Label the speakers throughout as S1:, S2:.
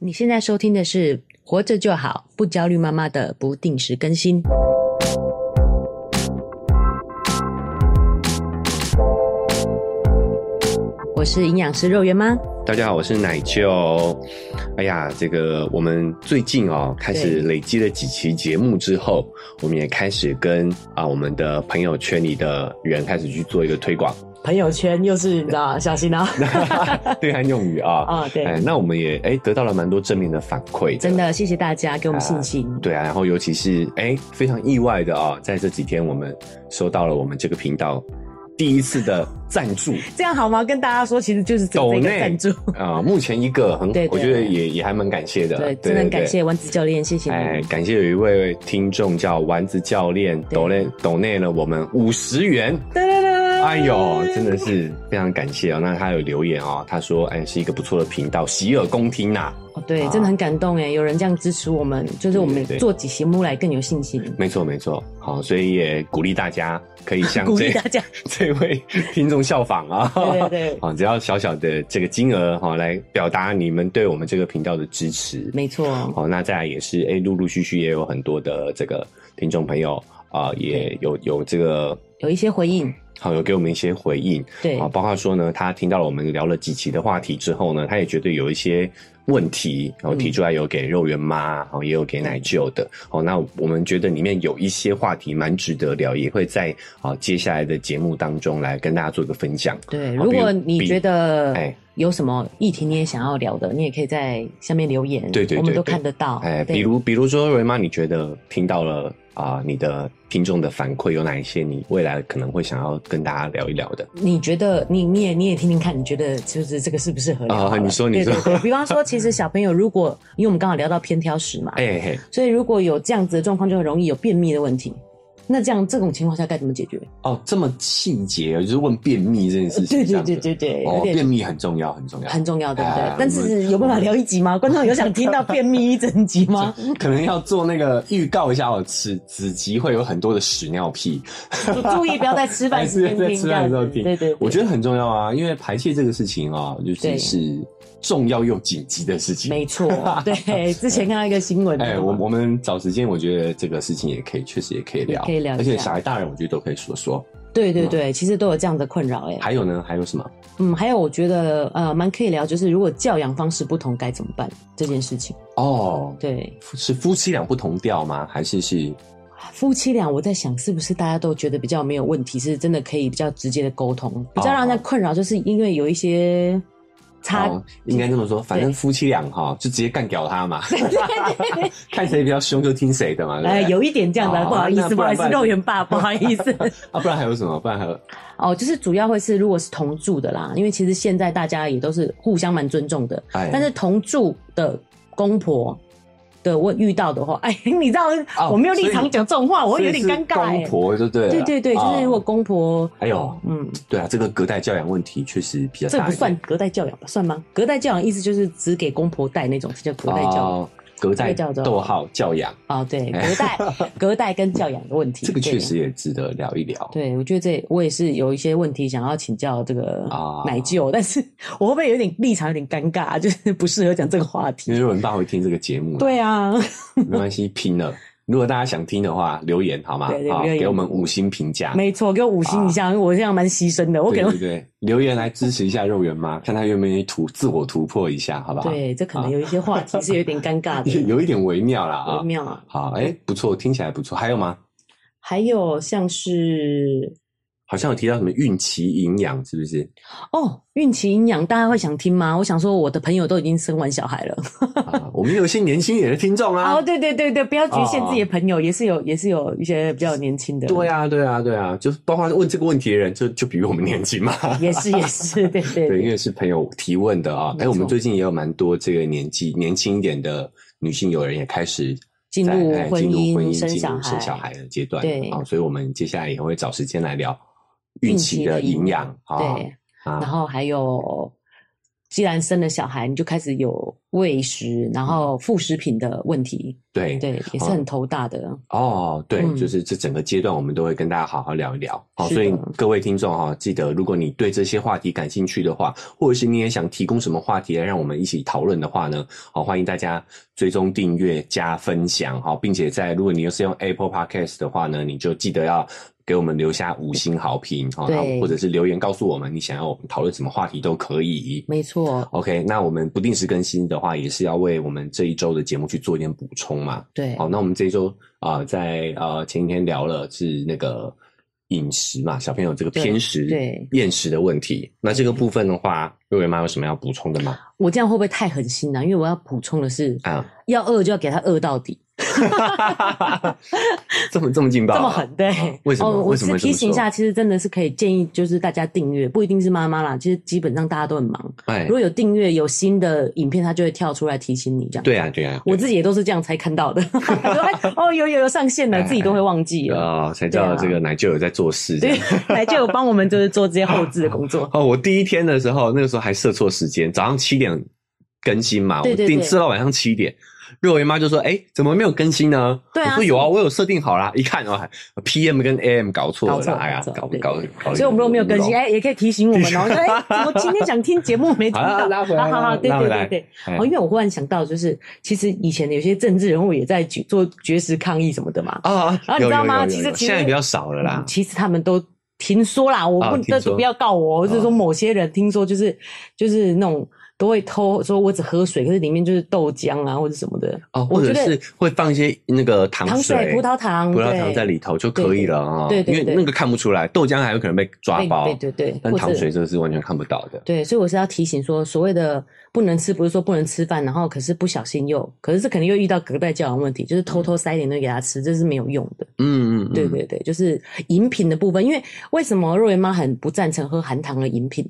S1: 你现在收听的是《活着就好，不焦虑妈妈》的不定时更新。我是营养师肉圆妈，
S2: 大家好，我是奶舅。哎呀，这个我们最近哦，开始累积了几期节目之后，我们也开始跟啊我们的朋友圈里的人开始去做一个推 广。
S3: 朋友圈又是你知道，小心
S1: 哦
S3: 啊！
S2: 对岸用语啊，
S3: 啊对
S2: 哎，那我们也哎得到了蛮多正面的反馈，
S1: 真。的谢谢大家给我们信心。
S2: 对啊，然后尤其是哎非常意外的啊，在这几天我们收到了我们这个频道第一次的赞助
S3: 这样好吗？跟大家说，其实就是只有这
S2: 抖
S3: 个
S2: 内
S3: 赞助。
S2: 啊、目前一个很，
S1: 对对
S2: 我觉得也也还蛮感谢 的，
S1: 对，真的很感谢丸子教练，谢谢
S2: 哎，
S1: 你。
S2: 感谢有一位听众叫丸子教练，抖内抖内了我们五十元。
S3: 哒哒哒
S1: 嗯
S2: 哎呦，真的是非常感谢哦！那他有留言哦，他说：“哎，是一个不错的频道，洗耳恭听呐、
S1: 哦对，
S2: 啊
S1: 真的很感动哎，有人这样支持我们，就是我们
S2: 对对
S1: 做起节目来更有信心。
S2: 没错，没错。好，所以也鼓励大家可以向
S1: 鼓
S2: 这
S1: 励大家，
S2: 这位听众效仿啊。
S3: 对对对，
S2: 好，只要小小的这个金额哈，来表达你们对我们这个频道的支持。
S1: 没错，
S2: 好，那再来也是，哎、陆陆续续也有很多的这个听众朋友啊、也有有这个
S1: 有一些回应，
S2: 好友给我们一些回应
S1: 对
S2: 啊，包括说呢，他听到了我们聊了几期的话题之后呢，他也觉得有一些问题，然后提出来有给肉圆妈，然后也有给奶舅的。哦，那我们觉得里面有一些话题蛮值得聊，也会在啊接下来的节目当中来跟大家做一个分享。
S1: 对，
S2: 好
S1: 如果
S2: 比如
S1: 你
S2: 比
S1: 觉得
S2: 哎
S1: 有什么议题你也想要聊的，你也可以在下面留言，
S2: 对对对
S1: 我们都
S2: 对
S1: 看得到。
S2: 哎，
S1: 对
S2: 比如比如说，瑞妈，你觉得听到了啊、你的听众的反馈有哪一些？你未来可能会想要跟大家聊一聊的？
S1: 你觉得你你也你也听听看，你觉得就是这个适不适合聊好了？
S2: 啊你说你说
S1: 对对对比 方说，其实小朋友如果因为我们刚好聊到偏挑食嘛，
S2: 哎嘿，
S1: 所以如果有这样子的状况，就很容易有便秘的问题。那这样这种情况下该怎么解决？
S2: 哦，这么细节，就是问便秘这件事情。
S1: 对
S2: 这
S1: 对
S2: 样子
S1: 对对对，
S2: 哦
S1: 有，
S2: 便
S1: 点
S2: 秘很重要，很重要，
S1: 很重要，对不对
S2: 哎？
S1: 但是有办法聊一集 吗？观众有想听到便秘一整集吗？
S2: 可能要做那个预告一下哦，此子集会有很多的屎尿屁，
S1: 注意不要在吃
S2: 还
S1: 饭时
S2: 是
S1: 间
S2: 在
S1: 听，
S2: 吃
S1: 这样
S2: 饭的时候
S1: 子
S2: 听。
S1: 对对对，
S2: 我觉得很重要啊，因为排泄这个事情啊，就是
S1: 对
S2: 是重要又紧急的事情。
S1: 没 错，对，之前看到一个新闻，
S2: 哎、我我们找时间，我觉得这个事情也可以，确实也可以聊，
S1: 也可以聊一下
S2: 而且小孩、大人，我觉得都可以说说。
S1: 对对对，其实都有这样的困扰，哎，
S2: 嗯还有呢，还有什么？
S1: 嗯，还有我觉得呃，蛮可以聊，就是如果教养方式不同该怎么办这件事情。
S2: 哦，
S1: 对，
S2: 是夫妻俩不同调吗？还是是
S1: 夫妻俩我在想，是不是大家都觉得比较没有问题，是真的可以比较直接的沟通，比较让人家困扰，就是因为有一些差。
S2: 哦，应该这么说，反正夫妻俩哈，就直接干掉 他嘛， 看谁比较凶就听谁的嘛。对不
S1: 哎，
S2: 对
S1: 有一点这样的，
S2: 哦
S1: 不好意
S2: 那
S1: 思，
S2: 不
S1: 不好
S2: 然
S1: 意思，肉圆爸，不好意思。
S2: 啊，不然还有什么？不然还有
S1: 哦，就是主要会是如果是同住的啦，因为其实现在大家也都是互相蛮尊重的，
S2: 哎
S1: 但是同住的公婆的我遇到的话，哎， 你知道、
S2: 哦
S1: 我没有立场讲这种话，我会有点尴尬、
S2: 所以
S1: 哎
S2: 是公婆就对了，
S1: 对对对，就是如果
S2: 哦
S1: 公婆，
S2: 还有，
S1: 嗯，
S2: 对啊，这个隔代教养问题确实比较
S1: 这
S2: 大
S1: 不
S2: 一点，
S1: 算隔代教养吧？算吗？隔代教养意思就是只给公婆带那种，这叫隔代教养。
S2: 哦隔
S1: 隔代
S2: 代
S1: 教养
S2: 逗号教养，
S1: 哦，对，隔代 隔代跟教养的问题，
S2: 这个
S1: 对
S2: 确。实也值得聊一聊。
S1: 对，我觉得这我也是有一些问题想要请教这个
S2: 啊
S1: 奶舅，但是 我会不会有点立场有点尴尬，就是 不适合讲这个话
S2: 因
S1: 题。
S2: 为文爸会听这个节 目，，
S1: 对啊，
S2: 没关系，拼了。如果大家想听的话，留言好吗？
S1: 对对
S2: 好
S1: 留言
S2: 给我们五星评价。
S1: 没错，给我五星以上，因为我这样蛮牺牲的，我可
S2: 啊对
S1: 能
S2: 对对， 留言来支持一下肉圆妈，看她愿不愿意突自我突破一下，好不好？
S1: 对这可能有一些话题是有点尴尬
S2: 啊 有
S1: 的，
S2: 有一点微妙啦啊
S1: 微。妙啊。
S2: 好，哎、不错，听起来不错。还有吗？
S1: 还有像是
S2: 好像有提到什么孕期营养，是 不是？
S1: 哦，孕期营养大家会想听吗？我想说，我的朋友都已经生完小孩了。
S2: 啊，我们有一些年轻一点的听众啊
S1: 哦，。对对对对，不要局限
S2: 哦
S1: 自己的朋友，也是有也是有一些比较年轻的。
S2: 对啊，对啊，对啊，就是包括问这个问题的人，就就比我们 年轻嘛。
S1: 也是也是，对对
S2: 对，因为是朋友提问的啊。
S1: 没
S2: 哎，
S1: 错
S2: 我们最近也有蛮多这个年纪年轻一点的女性友人也开始
S1: 进入
S2: 在哎
S1: 婚
S2: 进入
S1: 姻
S2: 婚姻、
S1: 生
S2: 进
S1: 小
S2: 入生
S1: 孩
S2: 小孩的阶段。
S1: 对
S2: 啊，所以我们接下来也会找时间来聊
S1: 孕
S2: 孕
S1: 期
S2: 期
S1: 的
S2: 的
S1: 营
S2: 营养啊
S1: 对，
S2: 啊
S1: 然后还有既然生了小孩，你就开始有喂食，
S2: 嗯
S1: 然后副食品的问题，
S2: 对
S1: 对，也是很头大的。
S2: 哦，对，
S1: 嗯
S2: 就是这整个阶段，我们都会跟大家好好聊一聊。好，
S1: 是
S2: 所以
S1: 的
S2: 各位听众哈、记得如果你对这些话题感兴趣的话，或者是你也想提供什么话题来让我们一起讨论的话呢，好、欢迎大家追踪、订阅、加分享，好、并且在如果你又是用 Apple Podcast 的话呢，你就记得要。给我们留下五星好评，好、
S1: 对
S2: 然后或者是留言告诉我们你想要我们讨论什么话题都可以。
S1: 没错，
S2: OK，那我们不定时更新的话，也是要为我们这一周的节目去做一点补充嘛。
S1: 对，
S2: 好，那我们这一周啊、呃在呃前几天聊了是那个饮食嘛，小朋友这个
S1: 对
S2: 偏食、
S1: 对
S2: 厌食的问题。那这个部分的话，瑞文妈有什么要补充的吗？
S1: 我这样会不会太狠心啊？因为我要补充的是，
S2: 啊，
S1: 要饿就要给他饿到底，
S2: 这么这么劲爆、
S1: 这
S2: 啊，
S1: 么狠，对。
S2: 啊为什么？
S1: 哦，
S2: 为
S1: 我
S2: 什
S1: 是
S2: 么这
S1: 提
S2: 么
S1: 醒一
S2: 说
S1: 下，？其实真的是可以建议，就是大家订阅，不一定是妈妈啦，其实基本上大家都很忙。
S2: 哎
S1: 如，果有订阅有新的影片，它就会跳出来提醒你这样。
S2: 对啊，对啊，
S1: 我自己也都是这样才看到的。 说哎哦，有有有上线了，自己都会忘记
S2: 己
S1: 了。
S2: 啊、才知道
S1: 对啊
S2: 这个奶舅有在做事。这
S1: 对
S2: 样，
S1: 来就有帮我们就是做这些后置的工 作。
S2: 哦，我第一天的时候，那个时候还设错时间，早上七点更新嘛，
S1: 对对
S2: 我定
S1: 对
S2: 设到晚上七点。肉圆妈就说：“哎、怎么没有更新呢？”
S1: 对啊
S2: 我说：“有啊，我有设定好啦。”一看哦还，PM 跟 AM 搞错
S1: 搞
S2: 了
S1: 错
S2: 啦，哎呀
S1: 搞，错
S2: 搞
S1: 对
S2: 搞搞，
S1: 所以我们如果没有更新，
S2: 搞
S1: 哎，也可以提醒我们哦。说哎，怎么今天想听节目没听
S2: 好啦
S1: 到？
S2: 拉回来
S1: 好好好，对
S2: 拉
S1: 对
S2: 回来
S1: 对对。
S2: 哎
S1: 哦，因为我忽然想到，就是其实以前有些政治人物也在举做绝食抗议什么的嘛。
S2: 啊，啊
S1: 然后你
S2: 有
S1: 知道
S2: 有
S1: 吗
S2: 有
S1: 其实
S2: 有
S1: 其实
S2: 现在比较少了啦
S1: 嗯。其实他们都听说啦，我不
S2: 啊听
S1: 这
S2: 说啊
S1: 不要告我，我是说某些人听说就是就是那种都会偷说我只喝水，可是里面就是豆浆啊或者什么的，
S2: 哦，
S1: 我
S2: 或者
S1: 觉得
S2: 是会放一些那个糖
S1: 糖水、葡萄糖、
S2: 葡萄
S1: 对
S2: 糖在里头就可以了啊。
S1: 对对对
S2: 因为
S1: 对
S2: 那个看不出来，豆浆还有可能被抓
S1: 对
S2: 包，
S1: 对对对，
S2: 但
S1: 或
S2: 糖
S1: 者
S2: 水这个是完全看不到的。
S1: 对，所以我是要提醒说，所谓的不能吃，不是说不能吃饭，然后可是不小心又，可是这可能又遇到隔代教养问题，就是偷偷塞一点东西给他吃，这是没有用的。
S2: 嗯嗯，嗯
S1: 对对对，就是饮品的部分，因为为什么若圆妈很不赞成喝含糖的饮品？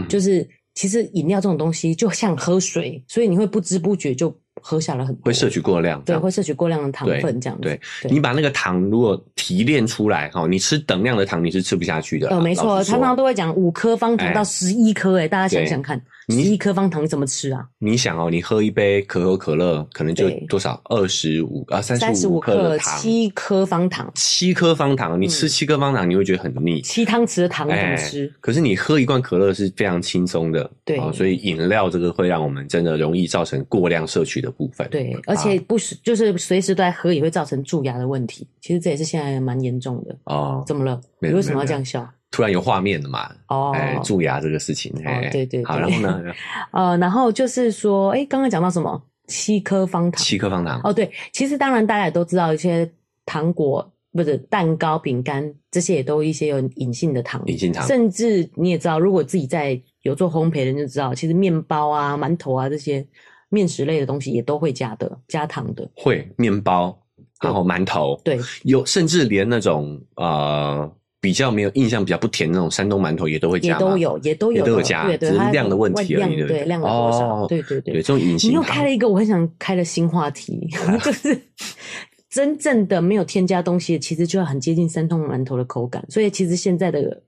S2: 嗯
S1: 就是其实饮料这种东西就像喝水，所以你会不知不觉就喝下了很多，
S2: 会摄取过量，这
S1: 对，
S2: 样
S1: 会摄取过量的糖
S2: 对
S1: 分这样子。
S2: 对
S1: 对
S2: 你把那个糖如果提炼出来哈，你吃等量的糖你是吃不下去的啦。啊
S1: 呃，没
S2: 老
S1: 错，
S2: 实说
S1: 常常都会讲五颗方糖
S2: 哎
S1: 到十一颗，哎，大家想
S2: 对
S1: 想看，十
S2: 你
S1: 一颗方糖你怎么吃啊？
S2: 你想哦，你喝一杯可口可乐，可能就
S1: 对
S2: 多少二十五啊三
S1: 三
S2: 十
S1: 十
S2: 五
S1: 五
S2: 克
S1: 克
S2: 的糖，
S1: 七嗯颗方糖，
S2: 七颗方糖，你吃七颗方糖你会觉得很腻。
S1: 七汤匙的糖怎么吃？
S2: 可是你喝一罐可乐是非常轻松的，
S1: 对
S2: 哦所以饮料这个会让我们真的容易造成过量摄取的部分。
S1: 对，而
S2: 啊
S1: 且不是、就是随时都在喝，也会造成蛀牙的问题。其实这也是现在蛮严重的。
S2: 哦，
S1: 怎么了？
S2: 没
S1: 你
S2: 有
S1: 为什么要这样笑？
S2: 突然有画面了嘛？
S1: 哦，
S2: 哎，蛀牙这个事情，哎，
S1: 对对
S2: 好，然
S1: 对
S2: 后呢，
S1: 呃，然后就是说，哎，刚刚讲到什么？七颗方糖。
S2: 七颗方糖，
S1: 哦，对，其实当然大家也都知道，一些糖果或者蛋糕、饼干这些也都一些有隐性的糖，
S2: 隐性糖
S1: 甚至你也知道，如果自己在有做烘焙的人就知道，其实面包啊、馒头啊这些面食类的东西也都会加的，加糖的。
S2: 会面包，然后馒头，
S1: 对，
S2: 有甚至连那种呃比较没有印象、比较不甜的那种山东馒头也都会加
S1: 也
S2: 吗，
S1: 都有，也都
S2: 也
S1: 有
S2: 都
S1: 的，
S2: 有加
S1: 对
S2: 只
S1: 对，
S2: 是
S1: 它
S2: 量的问题而已
S1: 量
S2: 对不对
S1: 对量的多
S2: 哦
S1: 少，对对
S2: 对
S1: 对
S2: 这。种隐
S1: 你
S2: 形
S1: 又
S2: 糖。
S1: 开了一个我很想开的新话题， 就是真正的没有添加东西，其实就要很接近山东馒头的口感，所以其实现在的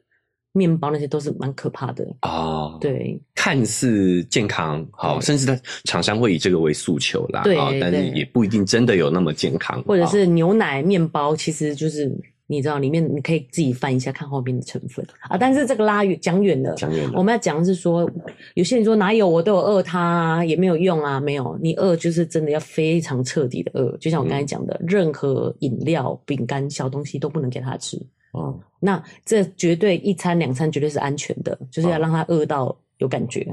S1: 面包那些都是蛮可怕的。
S2: 哦，，
S1: 对
S2: 看似健康好，
S1: 对
S2: 甚至它厂商会以这个为诉求啦，
S1: 对
S2: 啊但是
S1: 对
S2: 也不一定真的有那么健康，
S1: 或者
S2: 啊
S1: 是牛奶、面包，其实就是你知道里面你可以自己翻一下看后面的成分啊。但是这个拉远讲远了，
S2: 讲远了
S1: 我们要讲的是说，有些人说哪有我都有饿它啊，也没有用啊，没有你饿就是真的要非常彻底的饿，就像我刚才讲的，任何饮料、饼干、小东西都不能给他吃。
S2: 哦，
S1: 那这绝对一餐两餐绝对是安全的，就是要让他饿到有感 觉。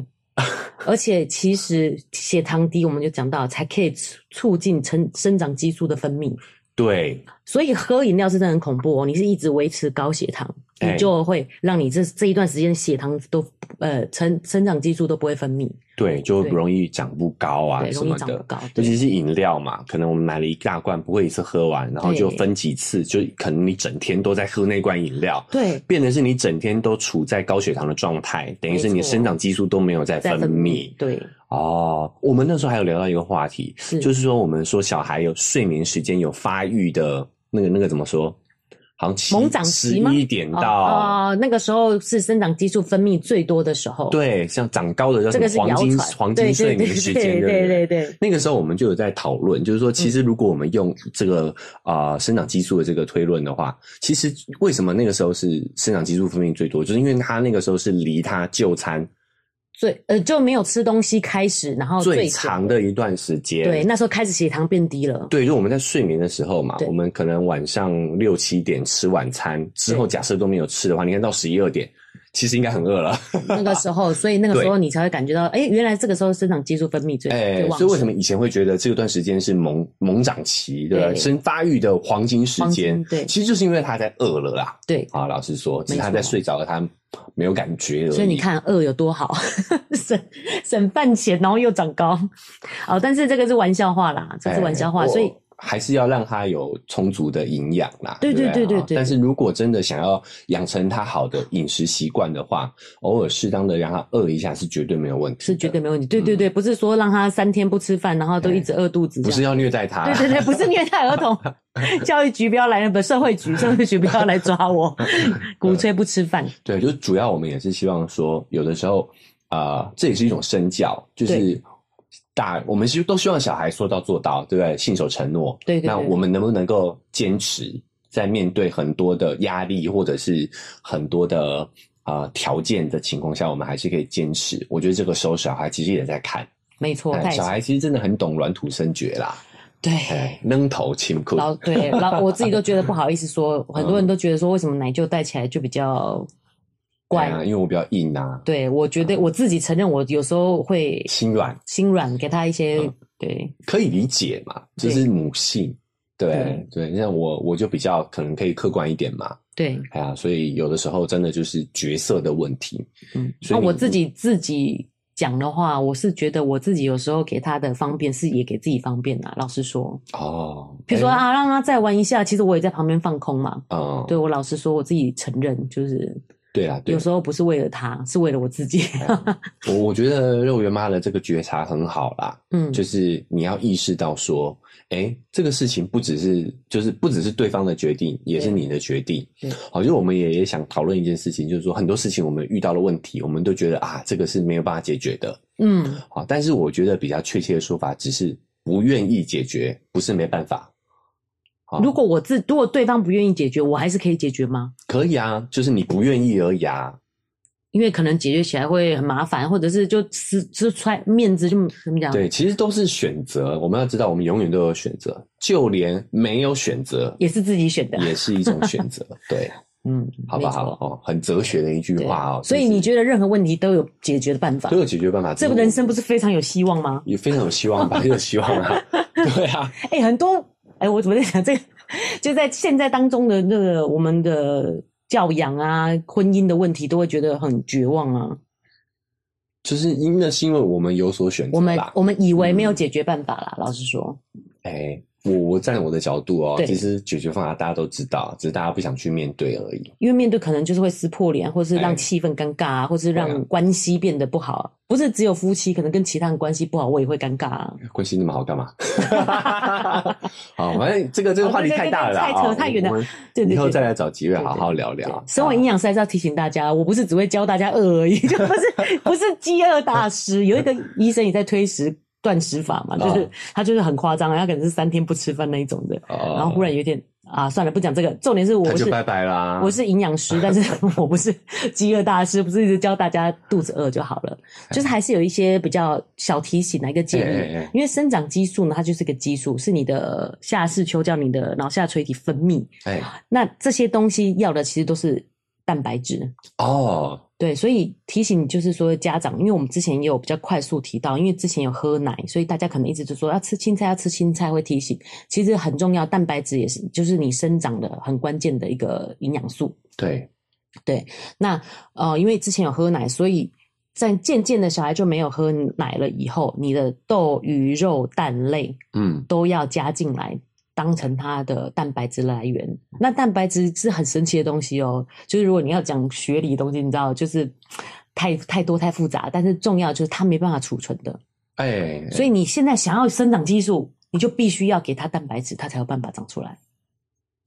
S1: 而且其实血糖低，我们就讲到才可以促促进成生长激素的分泌，
S2: 对，
S1: 所以喝饮料是真的很恐怖哦。你是一直维持高血糖，
S2: 哎
S1: 你就会让你这这一段时间血糖都呃成生长激素都不会分泌，
S2: 对，就
S1: 对
S2: 容易长不高啊
S1: 对，
S2: 什
S1: 容易
S2: 么
S1: 长不
S2: 的。
S1: 高。
S2: 尤
S1: 对
S2: 其是饮料嘛，可能我们买了一大罐，不会一次喝完，然后
S1: 对
S2: 就分几次，就可能你整天都在喝那罐饮料，
S1: 对
S2: 变得是你整天都处在高血糖的状态，等于是你
S1: 没错
S2: 生长激素都没有在
S1: 在
S2: 分
S1: 分
S2: 泌
S1: 泌，。对
S2: 哦，我们那时候还有聊到一个话题，
S1: 是
S2: 就是说我们说小孩有睡眠时间有发育的那个那个怎么说？好像七
S1: 猛长
S2: 十
S1: 期吗
S2: 一点
S1: 哦
S2: 到，
S1: 哦那个时候是生长激素分泌最多的时候。，
S2: 对，像长高的叫
S1: 这
S2: 什
S1: 个
S2: 么
S1: 是
S2: 黄
S1: 谣
S2: 金
S1: 传，
S2: 黄
S1: 对
S2: 金
S1: 对
S2: 睡
S1: 对
S2: 眠时
S1: 对
S2: 间，
S1: 对
S2: 不
S1: 对对。
S2: 那个时候我们就有在讨论，就是说，
S1: 嗯
S2: 其实如果我们用这个啊、呃生长激素的这个推论的话，其实为什么那个时候是生长激素分泌最多，就是因为他那个时候是离他就餐
S1: 最呃就没有吃东西开始，然后
S2: 最
S1: 哦久
S2: 长的一段时间。
S1: 对，那时候开始血糖变低了，
S2: 对，就我们在睡眠的时候嘛，
S1: 对
S2: 我们可能晚上六七点吃晚餐之后，
S1: 对
S2: 假设都没有吃的话，你看到十一二点，其实应该很饿了。
S1: 那个时候，所以那个时候你才会感觉到，哎，原来这个时候生长激素分泌最
S2: 哎、
S1: 最旺
S2: 所以为什
S1: 盛。
S2: 么以前会觉得这段时间是萌萌长期，对吧？
S1: 对
S2: 生发育的黄金时
S1: 黄
S2: 间
S1: 金，对
S2: 其实就是因为他在饿了啦。
S1: 对，
S2: 啊，老实说，只是
S1: 没
S2: 他在
S1: 错
S2: 睡着了，他没有感觉而已。
S1: 所以你，看饿有多好， 省省饭钱，然后又长高。哦，但是这个是玩笑话啦，这是玩笑话，所以
S2: 哎还是要让他有充足的营养啦。
S1: 对
S2: 对
S1: 对
S2: 不
S1: 对对
S2: 啊
S1: 对
S2: 但是如果真的想要养成他好的饮食习惯的话，偶尔适当的让他饿一下是绝对没有问题，
S1: 是绝对。没问题。对对对，不是说让他三天不吃饭，然后都一直饿肚子这
S2: 嗯不
S1: 样，
S2: 是要虐待他，
S1: 对对对，不是虐待儿 童，教育局不要来，不社会局，社会局不要来抓 我，鼓吹不吃饭。
S2: 对，就主要我们也是希望说，有的时候啊、呃这也是一种身教，就是大我们其实都希望小孩说到做到，对不对？信守承诺。
S1: 对对
S2: 那
S1: 对
S2: 我们能不能够坚持，在面对很多的压力或者是很多的啊、呃条件的情况下，我们还是可以坚持？我觉得这个时候小孩其实也在看，
S1: 没错，
S2: 哎
S1: 他也是
S2: 小孩其实真的很懂软土生绝啦，
S1: 对。
S2: 哎，扔头轻裤。
S1: 老对 老，我自己都觉得不好意思说，很多人都觉得说，为什么奶舅带起来就比较
S2: 对
S1: 怪？
S2: 啊，因为我比较硬啊，
S1: 对我觉得我自己承认，我有时候会
S2: 心软。
S1: 心软，给他一些、
S2: 嗯
S1: 对
S2: 可以理解嘛，这
S1: 对
S2: 是母性。对对，像我我就比较可能可以客观一点嘛，
S1: 对。
S2: 哎呀，所以有的时候真的就是角色的问题。
S1: 嗯，
S2: 所
S1: 那
S2: 以你
S1: 我自己自己讲的话，我是觉得我自己有时候给他的方便是也给自己方便啦。老实说，
S2: 哦，
S1: 比如说
S2: 哎，
S1: 啊，让他再玩一下，其实我也在旁边放空嘛。
S2: 嗯，
S1: 对我老实说，我自己承认，就是
S2: 对啦，对
S1: 有
S2: 啦，
S1: 时候不是为了他，是为了我自 己。
S2: 我我觉得肉圆妈的这个觉察很好啦，
S1: 嗯，
S2: 就是你要意识到说，哎，这个事情不只是就是不只是对方的决定，也是
S1: 对
S2: 你的决定
S1: 对。
S2: 好，就是我们也也想讨论一件事情，就是说很多事情我们遇到了问题，我们都觉得啊，这个是没有办法解决的，
S1: 嗯，
S2: 好，但是我觉得比较确切的说法只是不愿意解决，不是没办法。好
S1: 如果我自如果对方不愿意解决，我还是可以解决吗？
S2: 可以啊，就是你不愿意而已啊。
S1: 因为可能解决起来会很麻烦，或者是就撕就揣面子就怎么讲？
S2: 对，其实都是选择。我们要知道，我们永远都有选择，就连没有选择
S1: 也是自己选的。
S2: 也是一种 选择。对，
S1: 嗯，
S2: 好不好
S1: 啊没？错？
S2: 哦，很哲学的一句话哦。
S1: 所以你
S2: 得
S1: 觉得任何问题都有解决的办法
S2: 都？有解决办法？
S1: 这个
S2: 只
S1: 人生不是非常有希望吗？
S2: 也非常有 希望吧？有希望啊！对啊，
S1: 哎、很多哎、我怎么在讲这个？就在现在当中的那个我们的教养啊、婚姻的问题，都会觉得很绝望啊。
S2: 就是因那是因为我们有所选择
S1: 我们
S2: 啦。嗯
S1: 我们以为没有解决办法啦，老实说，
S2: 哎，我我站我的角度哦，
S1: 对
S2: 其实解决方法大家都知道，只是大家不想去面对而已。
S1: 因为面对可能就是会撕破脸，或是
S2: 哎
S1: 让气氛尴尬啊，或是
S2: 对啊
S1: 让关系变得不好啊。不是只有夫妻，可能跟其他人关系不好，我也会尴尬啊。
S2: 关系那么好干嘛？ 好，反正这个这个话题太大了啦，
S1: 哦对对对太扯
S2: 啊
S1: 太远了
S2: 我们
S1: 对对对
S2: 以后再来找机会
S1: 对对
S2: 好好聊聊。
S1: 身为营养师还是要提醒大家，我不是只会教大家饿而已， 就不是不是饥饿大师。有一个医生也在推食断食法嘛，就是、
S2: 哦
S1: 他就是很夸张，他可能是三天不吃饭那一种的，
S2: 哦
S1: 然后忽然有点啊，算了，不讲这个。重点是我
S2: 他
S1: 是
S2: 就拜啊拜啦。
S1: 我是营养师，但是 我不是饥饿大师，不是一直教大家肚子饿就好了，就是还是有一些比较小提醒啊的一个建议。
S2: 哎哎哎哎
S1: 因为生长激素呢，它就是个激素，是你的下视丘叫你的脑下垂体分泌，
S2: 哎
S1: 那这些东西要的其实都是蛋白质。
S2: 哦，
S1: 对，所以提醒就是说家长，因为我们之前也有比较快速提到，因为之前有喝奶，所以大家可能一直就说要吃青菜，要吃青菜，会提醒，其实很重要，蛋白质也是就是你生长的很关键的一个营养素。
S2: 对，
S1: 那呃，因为之前有喝奶，所以在渐渐的小孩就没有喝奶了以后，你的豆、鱼、肉、蛋类
S2: 嗯，
S1: 都要加进来，当成它的蛋白质来源。那蛋白质是很神奇的东西哦，就是如果你要讲学理的东西，你知道，就是太太多太复杂，但是重要就是它没办法储存的。
S2: 哎，
S1: 所以你现在想要生长激素，你就必须要给它蛋白质，它才有办法长出来。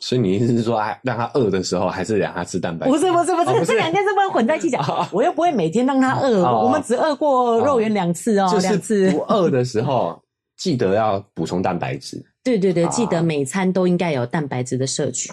S2: 所以你意思是说，哎，让他饿的时候，还是让他吃蛋白质？
S3: 不 是不是不
S2: 哦
S3: 是，
S2: 不是啊
S3: 这两件事不能混在一起讲。
S1: 哦
S3: 我又不会每天让他
S1: 呃
S3: 饿，
S2: 哦
S3: 我们只饿过肉圆两次哦，
S2: 就
S3: 两
S2: 是
S3: 次
S2: 不。饿的时候，记得要补充蛋白质。
S1: 对对对，记
S2: 啊
S1: 得每餐都应该有蛋白质的摄取。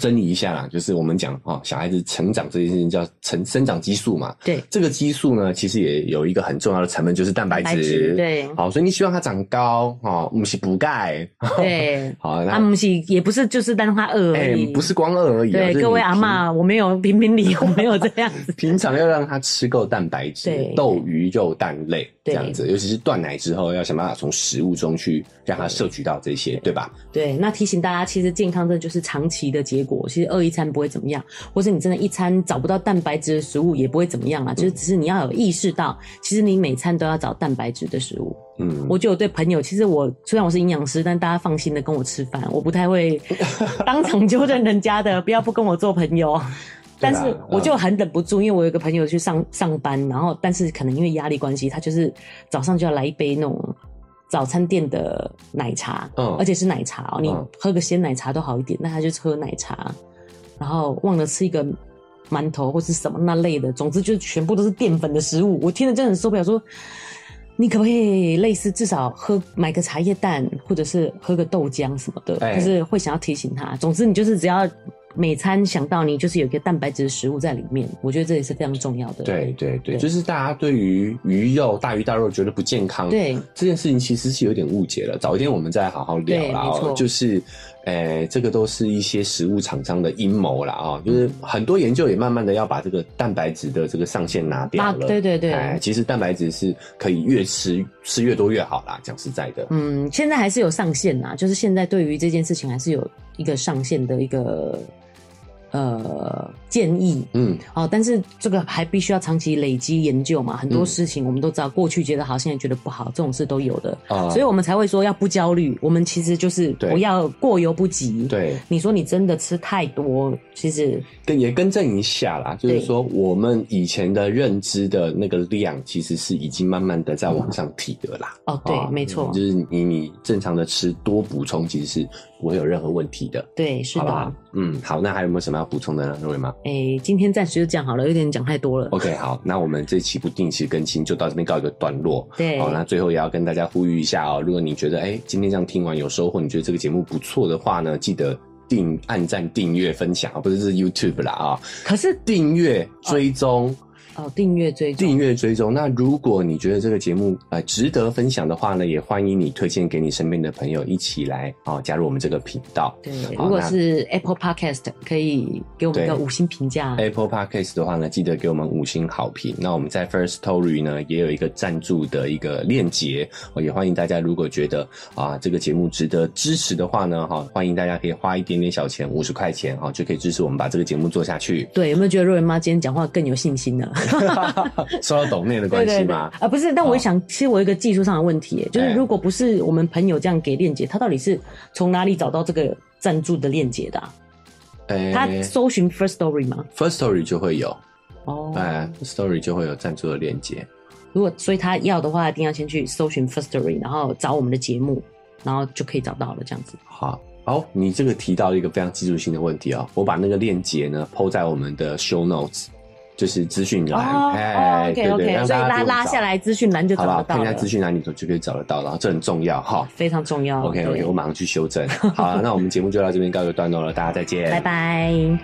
S2: 整理一下啦，就是我们讲哦，小孩子成长这件事情叫成生长激素嘛。
S1: 对，
S2: 这个激素呢，其实也有一个很重要的成分，就是蛋白
S1: 蛋白
S2: 质。
S1: 质，对
S2: 好，所以你希望它长高哦，不是补钙。。
S1: 对
S2: 好，
S1: 啊，
S2: 那
S1: 不是，也不是，就是让他饿而
S2: 哎、
S1: 已。
S2: 不是光饿而已、啊。
S1: 对
S2: 就是
S1: 各位
S2: 你
S1: 阿嬷，我没有评 评理，我没有这样子。
S2: 平，平常要让他吃够蛋白质
S1: 对，
S2: 豆、鱼、肉、蛋类这
S1: 对
S2: 样子，尤其是断奶之后，要想办法从食物中去让他摄取到这些，对吧？
S1: 对，那提醒大家，其实健康这就是长期的结果。其实饿一餐不会怎么样，或是你真的一餐找不到蛋白质的食物也不会怎么样啊。就是只是你要有意识到，其实你每餐都要找蛋白质的食物。
S2: 嗯，
S1: 我就有对朋友，其实我虽然我是营养师，但大家放心的跟我吃饭，我不太 会当场纠正人家的，不要不跟我做朋友。但是我就很忍不住，因为我有一个朋友去上上班，然后但是可能因为压力关系，他就是早上就要来一杯那种早餐店的奶茶，
S2: 嗯
S1: 而且是奶茶哦，你
S2: 嗯
S1: 喝个鲜奶茶都好一点，那他就是喝奶茶，然后忘了吃一个馒头或是什么那类的，总之就是全部都是淀粉的食物。我听了真的很受不了，说你可不可以类似至少喝买个茶叶蛋，或者是喝个豆浆什么的，
S2: 哎
S1: 就是会想要提醒他。总之你就是只要每餐想到你就是有一个蛋白质的食物在里面，我觉得这也是非常重要的。
S2: 对对对，
S1: 对
S2: 就是大家对于鱼肉、大鱼大肉觉得不健康，
S1: 对
S2: 这件事情其实是有点误解了。早一天我们再好好聊啦、
S1: 对没
S2: 哦，
S1: 错
S2: 就是，呃，这个都是一些食物厂商的阴谋啦
S1: 嗯
S2: 啊、哦，就是很多研究也慢慢的要把这个蛋白质的这个上限拿掉
S1: 啊
S2: 了。
S1: 对对对
S2: 哎，其实蛋白质是可以越吃吃越多越好啦，讲实在的。
S1: 嗯，现在还是有上限啦，就是现在对于这件事情还是有一个上限的一个呃建议。
S2: 嗯，
S1: 哦，但是这个还必须要长期累积研究嘛，很多
S2: 嗯
S1: 事情我们都知道，过去觉得好，现在觉得不好，这种事都有的，
S2: 啊、
S1: 所以我们才会说要不焦虑。我们其实就是
S2: 对
S1: 不要过犹不及。，
S2: 对，
S1: 你说你真的吃太多，其实
S2: 跟也更正一下啦，就是
S1: 对
S2: 说我们以前的认知的那个量，其实是已经慢慢的在往上提的啦。
S1: 哦，对，
S2: 啊
S1: 没错，
S2: 就是你你正常的吃多补充，其实是不会有任何问题的，
S1: 对，是
S2: 好不
S1: 的
S2: 好。？嗯，好，那还有没有什么要补充的呢，瑞文吗
S1: 哎，今天暂时就这样好了，有点讲太多了。
S2: ？OK，好，那我们这期不定期更新就到这边告一个段落。
S1: 对，
S2: 好，那最后也要跟大家呼吁一下哦，如果你觉得哎、今天这样听完有收获，你觉得这个节目不错的话呢，记得订按赞、订阅、分享啊，不是这是 YouTube 啦啊、
S1: 可是
S2: 订阅、追踪、
S1: 哦，订阅追踪，
S2: 订阅追踪。那如果你觉得这个节目呃值得分享的话呢，也欢迎你推荐给你身边的朋友一起来哦，加入我们这个频道。
S1: 对，
S2: 好
S1: 如果
S2: 那
S1: 是 Apple Podcast 可以给我们一个
S2: 对哎
S1: 五星评价。。
S2: Apple Podcast 的话呢，记得给我们五星好评。那我们在 First Story 呢也有一个赞助的一个链接，哦也欢迎大家如果觉得啊这个节目值得支持的话呢，哈、欢迎大家可以花一点点小钱，五十块钱哈、就可以支持我们把这个节目做下去
S1: 对，有没有觉得若云妈今天讲话更有信心了？
S2: 受哦到抖内的
S1: 对
S2: 关
S1: 对
S2: 系
S1: 对，
S2: 吗
S1: 啊？、不是，但我
S2: 哦
S1: 想，其实我有一个技术上的问题耶，就是
S2: 哎
S1: 如果不是我们朋友这样给链接，他到底是从哪里找到这个赞助的链接的啊、
S2: 哎
S1: 他搜寻 First Story 吗？
S2: First Story 就会有，
S1: 哦，
S2: 哎、s t o r y 就会有赞助的链接。
S1: 如果所以他要的话，一定要先去搜寻 First Story，然后找我们的节目，然后就可以找到了。这样子，
S2: 好，好、你这个提到一个非常技术性的问题哦，我把那个链接呢抛在我们的 show notes，就是资讯栏，
S1: 哦
S2: 哎、对对，让
S1: 所以
S2: 大家
S1: 拉
S2: 不用
S1: 拉
S2: 找
S1: 下，来资讯栏就找
S2: 好不好？
S1: 得
S2: 看
S1: 到
S2: 一下
S1: 了，
S2: 资讯栏里头就可以找得到，然后这很重要哈。
S1: 非常重要。
S2: OK
S1: 对
S2: OK，我马上去修正。好、那我们节目就到这边告一个段落了，大家再见，
S1: 拜。拜。